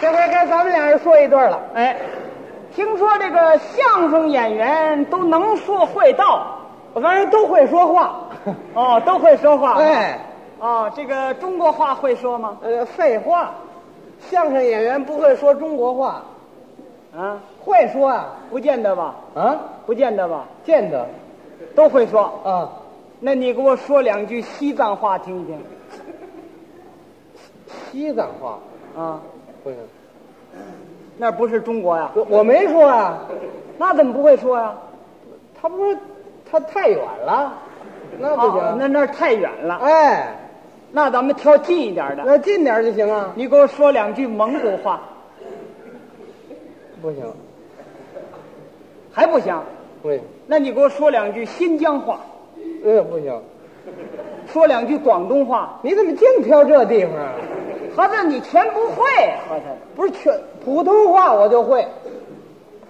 这回该咱们俩人说一段了。哎，听说这个相声演员都能说会道，反正都会说话。 哦，都会说话。，哎，哦，这个中国话会说吗？呃，废话，相声演员不会说中国话，啊，会说啊不见得吧，啊，不见得吧，见得都会说。哦啊，那你给我说两句西藏话听一听。西藏话啊，不行，那不是中国呀？我我没说啊，那怎么不会说呀？他不是他太远了，那不哦行，那那儿太远了。哎，那咱们挑近一点的。那近点儿就行啊，你给我说两句蒙古话，不行，还不行？不行，那你给我说两句新疆话，呃，不行，说两句广东话。你怎么净挑这地方啊？合着你全不会，啊合着不是全普通话我就会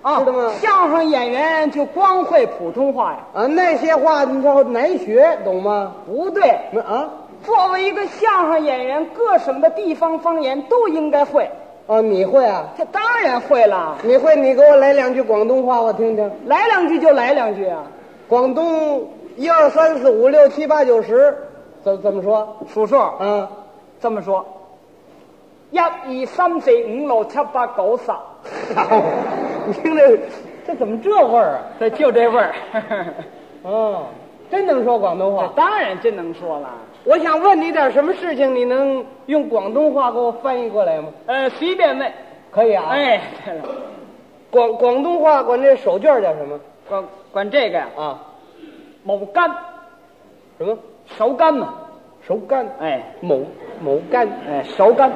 啊，知道吗相声演员就光会普通话呀？啊，那些话你知道难学，懂吗？不对，那啊作为一个相声演员，各省的地方方言都应该会。哦，你会啊？这当然会了，你会？你给我来两句广东话，我听听。来两句就来两句啊。广东一二三四五六七八九十，怎怎么说？数数，啊， 这么说：一、二、三、四、五、六、七、八、九、十。好，你听这这怎么这味儿啊？这就这味 儿。哦，真能说广东这话。当然真能说了。哎我想问你点什么事情，你能用广东话给我翻译过来吗？呃，随便问。可以啊。，哎，对了，广广东话管这手绢叫什么？管管这个呀，啊，某干什么？韶干嘛。手干。哎某某干，哎，韶干，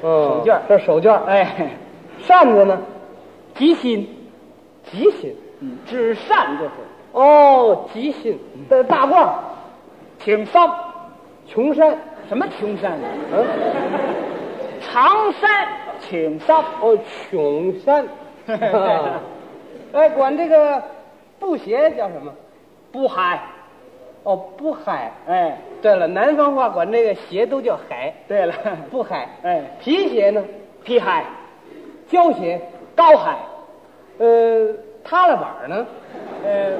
手绢儿这手绢儿。哎，扇子呢？吉心，吉心。嗯，至善就是，哦，吉心。这大褂儿，挺三，穷山。什么穷山啊？嗯，长山挺三，。哦，穷 山啊哎，管这个布鞋叫什么？ 不海。哦，布鞋。哎，对了，南方话管这个鞋都叫鞋，对了，布鞋。哎，皮鞋呢？皮海、胶鞋。高海、呃，塌了板儿呢？呃，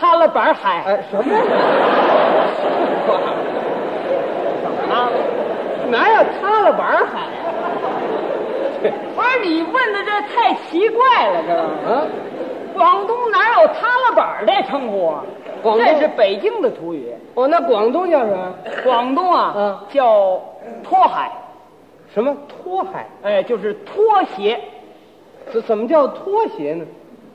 哈拉板海哎，什么？啊。哪有塌了板儿海呀？不是你问的这太奇怪了，这个啊？广东哪有塌拉板儿这称呼啊？广东这是北京的土语，哦，那广东叫什么？广东啊，嗯叫拖海，什么拖鞋？哎，就是拖鞋，怎怎么叫拖鞋呢？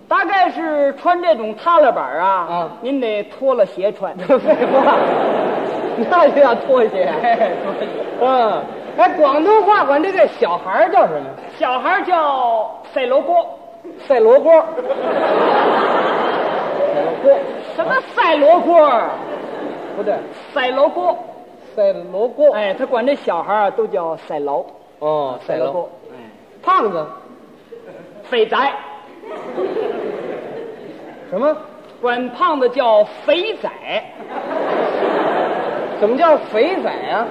大概是穿这种塌拉板儿啊，嗯您得脱了鞋 穿。废话，那就叫拖鞋。哎嗯，哎，广东话管这个小孩儿叫什么？小孩儿叫赛罗锅，赛罗 锅。赛罗锅什么赛罗锅儿？不对，赛罗锅，赛罗锅。哎，他管这小孩儿啊都叫赛劳，哦，赛罗锅哎锅。，胖子肥宅，什么？管胖子叫肥仔。怎么叫肥仔 啊？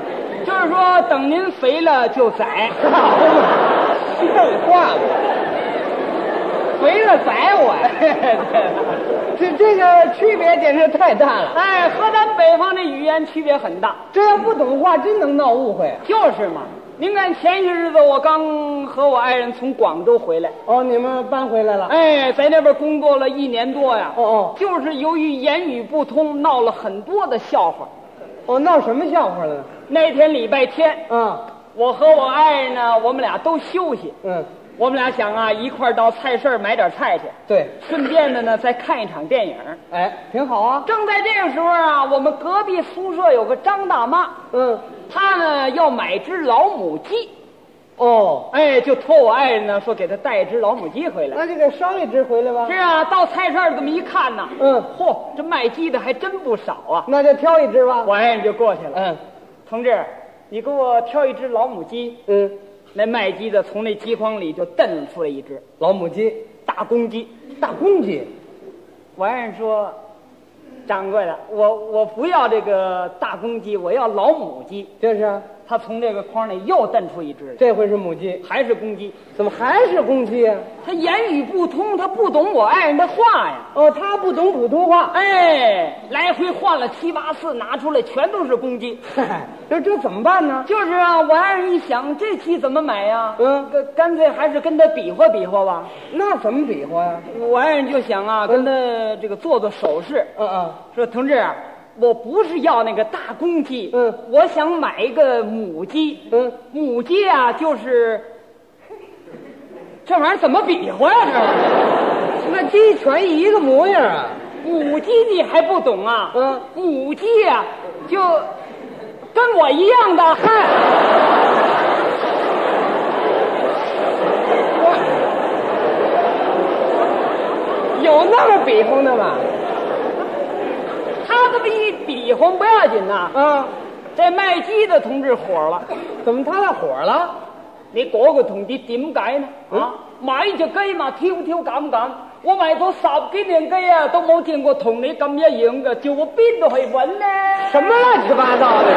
就是说，等您肥了就宰， 像话吗？肥了宰我 呀！这这个区别简直太大了。哎，和咱北方的语言区别很大，这要不懂话，真能闹误会啊。就是嘛。您看前些日子我刚和我爱人从广州回来，哦，你们搬回来了？哎，在那边工作了一年多呀，哦哦就是由于言语不通，闹了很多的笑话。哦，闹什么笑话了？那天礼拜天，啊，我和我爱人呢，我们俩都休息，嗯，我们俩想啊，一块儿到菜市儿买点菜去，对，顺便的呢再看一场电影。哎，挺好啊。正在这个时候啊，我们隔壁宿舍有个张大妈，嗯，她呢要买只老母鸡，哦，哎，就托我爱人呢说给她带一只老母鸡回来。那就给捎一只回来吧是。啊，到菜市儿这么一看呐，嗯，嚯，这卖鸡的还真不少啊！那就挑一只吧我。爱人就过去了，嗯同志，你给我挑一只老母鸡。嗯，那卖鸡的从那鸡筐里就蹬出来一只老母鸡，大公鸡。大公鸡。我爱人说：“掌柜的，我我不要这个大公鸡，我要老母鸡。”这是啊，他从这个筐里又蹬出一只来，这回是母鸡，还是公鸡。怎么还是公鸡啊呀、他言语不通，他不懂我爱人的话呀。哦，它不懂普通话，哎，来回换了七八次，拿出来全都是公鸡。嗨， 这这怎么办呢？就是啊，我爱人一想，这鸡怎么买呀？嗯干干脆还是跟他比划比划吧。那怎么比划呀、我爱人就想啊，跟他这个做做手势，嗯嗯，说同志啊，我不是要那个大公鸡，嗯，我想买一个母鸡，嗯，母鸡啊，就是 这玩意儿怎么比划呀、那鸡全一个模样啊。这母鸡你还不懂啊？嗯，母鸡啊，就跟我一样的，嗨，有那么比划的吗？他这么一比划不要紧呐、啊，这卖鸡的同志火了，怎么他俩火了？你嗰個同志點解呢？嗯啊，買只雞嘛，挑挑揀揀，我買咗十幾年雞啊，都冇見過同你咁一樣嘅，叫我邊度去揾呢？什么乱七八糟的？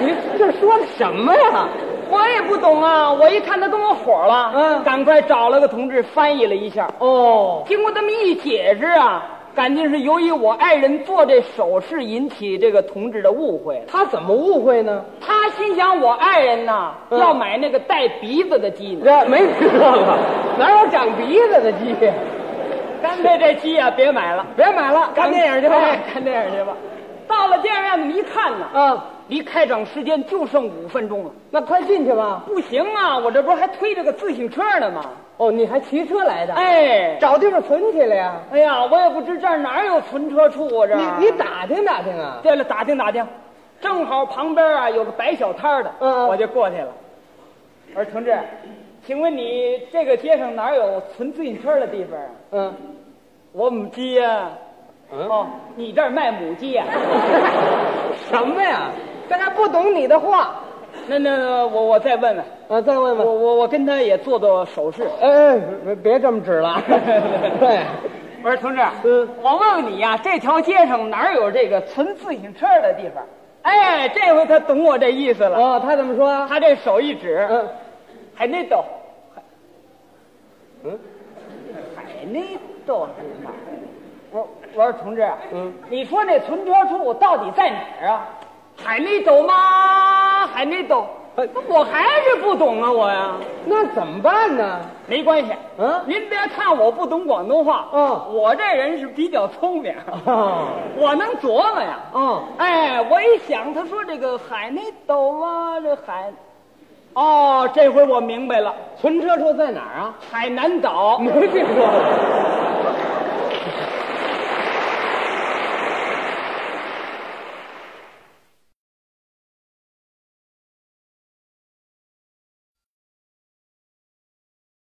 你这说的什么呀？我也不懂啊，我一看他跟我火了，嗯赶快找了个同志翻译了一下。哦，经过这么一解释啊，感情是由于我爱人做这手势引起这个同志的误会了。他怎么误会呢？他心想我爱人呐、嗯要买那个带鼻子的鸡 呢，这没听说过，哪有长鼻子的鸡？干脆这鸡啊别买了。别买了，看电影去哎吧。看电影去吧。到了电影院，你们一看呢，啊，离开场时间就剩五分钟了。那快进去吧。不行啊，我这不是还推着个自行车呢吗？哦，你还骑车来的？，哎，找地方存起来呀。哎呀，我也不知这儿哪儿有存车处啊，这儿你你。打听打听啊。对了，打听打听，正好旁边啊有个摆小摊儿的，嗯嗯我就过去了。我说同志，请问你这个街上哪儿有存自行车的地方啊？嗯，我母鸡呀、哦，你这儿卖母鸡啊呀、什么呀？这还不懂你的话。那那那我我再问问。啊，再问我问。我我跟他也做做手势。哎哎，别别这么指了。 对，我说同志，嗯我问问你呀、这条街上哪儿有这个存自行车的地方？哎，这回他懂我这意思了。嗯哦，他怎么说啊？他这手一指，嗯，还那斗，嗯，还那斗是哪儿？我我说同志，啊嗯，你说那存车处到底在哪儿啊？海内斗吗？海内斗哎，我还是不懂啊，我呀，那怎么办呢？ 没关系，嗯您别看我不懂广东话，嗯我这人是比较聪明，哦，我能琢磨呀。哦，哎，我一想，他说这个海内斗吗？这海，哦，这回我明白了，存车处在哪儿啊？ 海南岛。没听说过。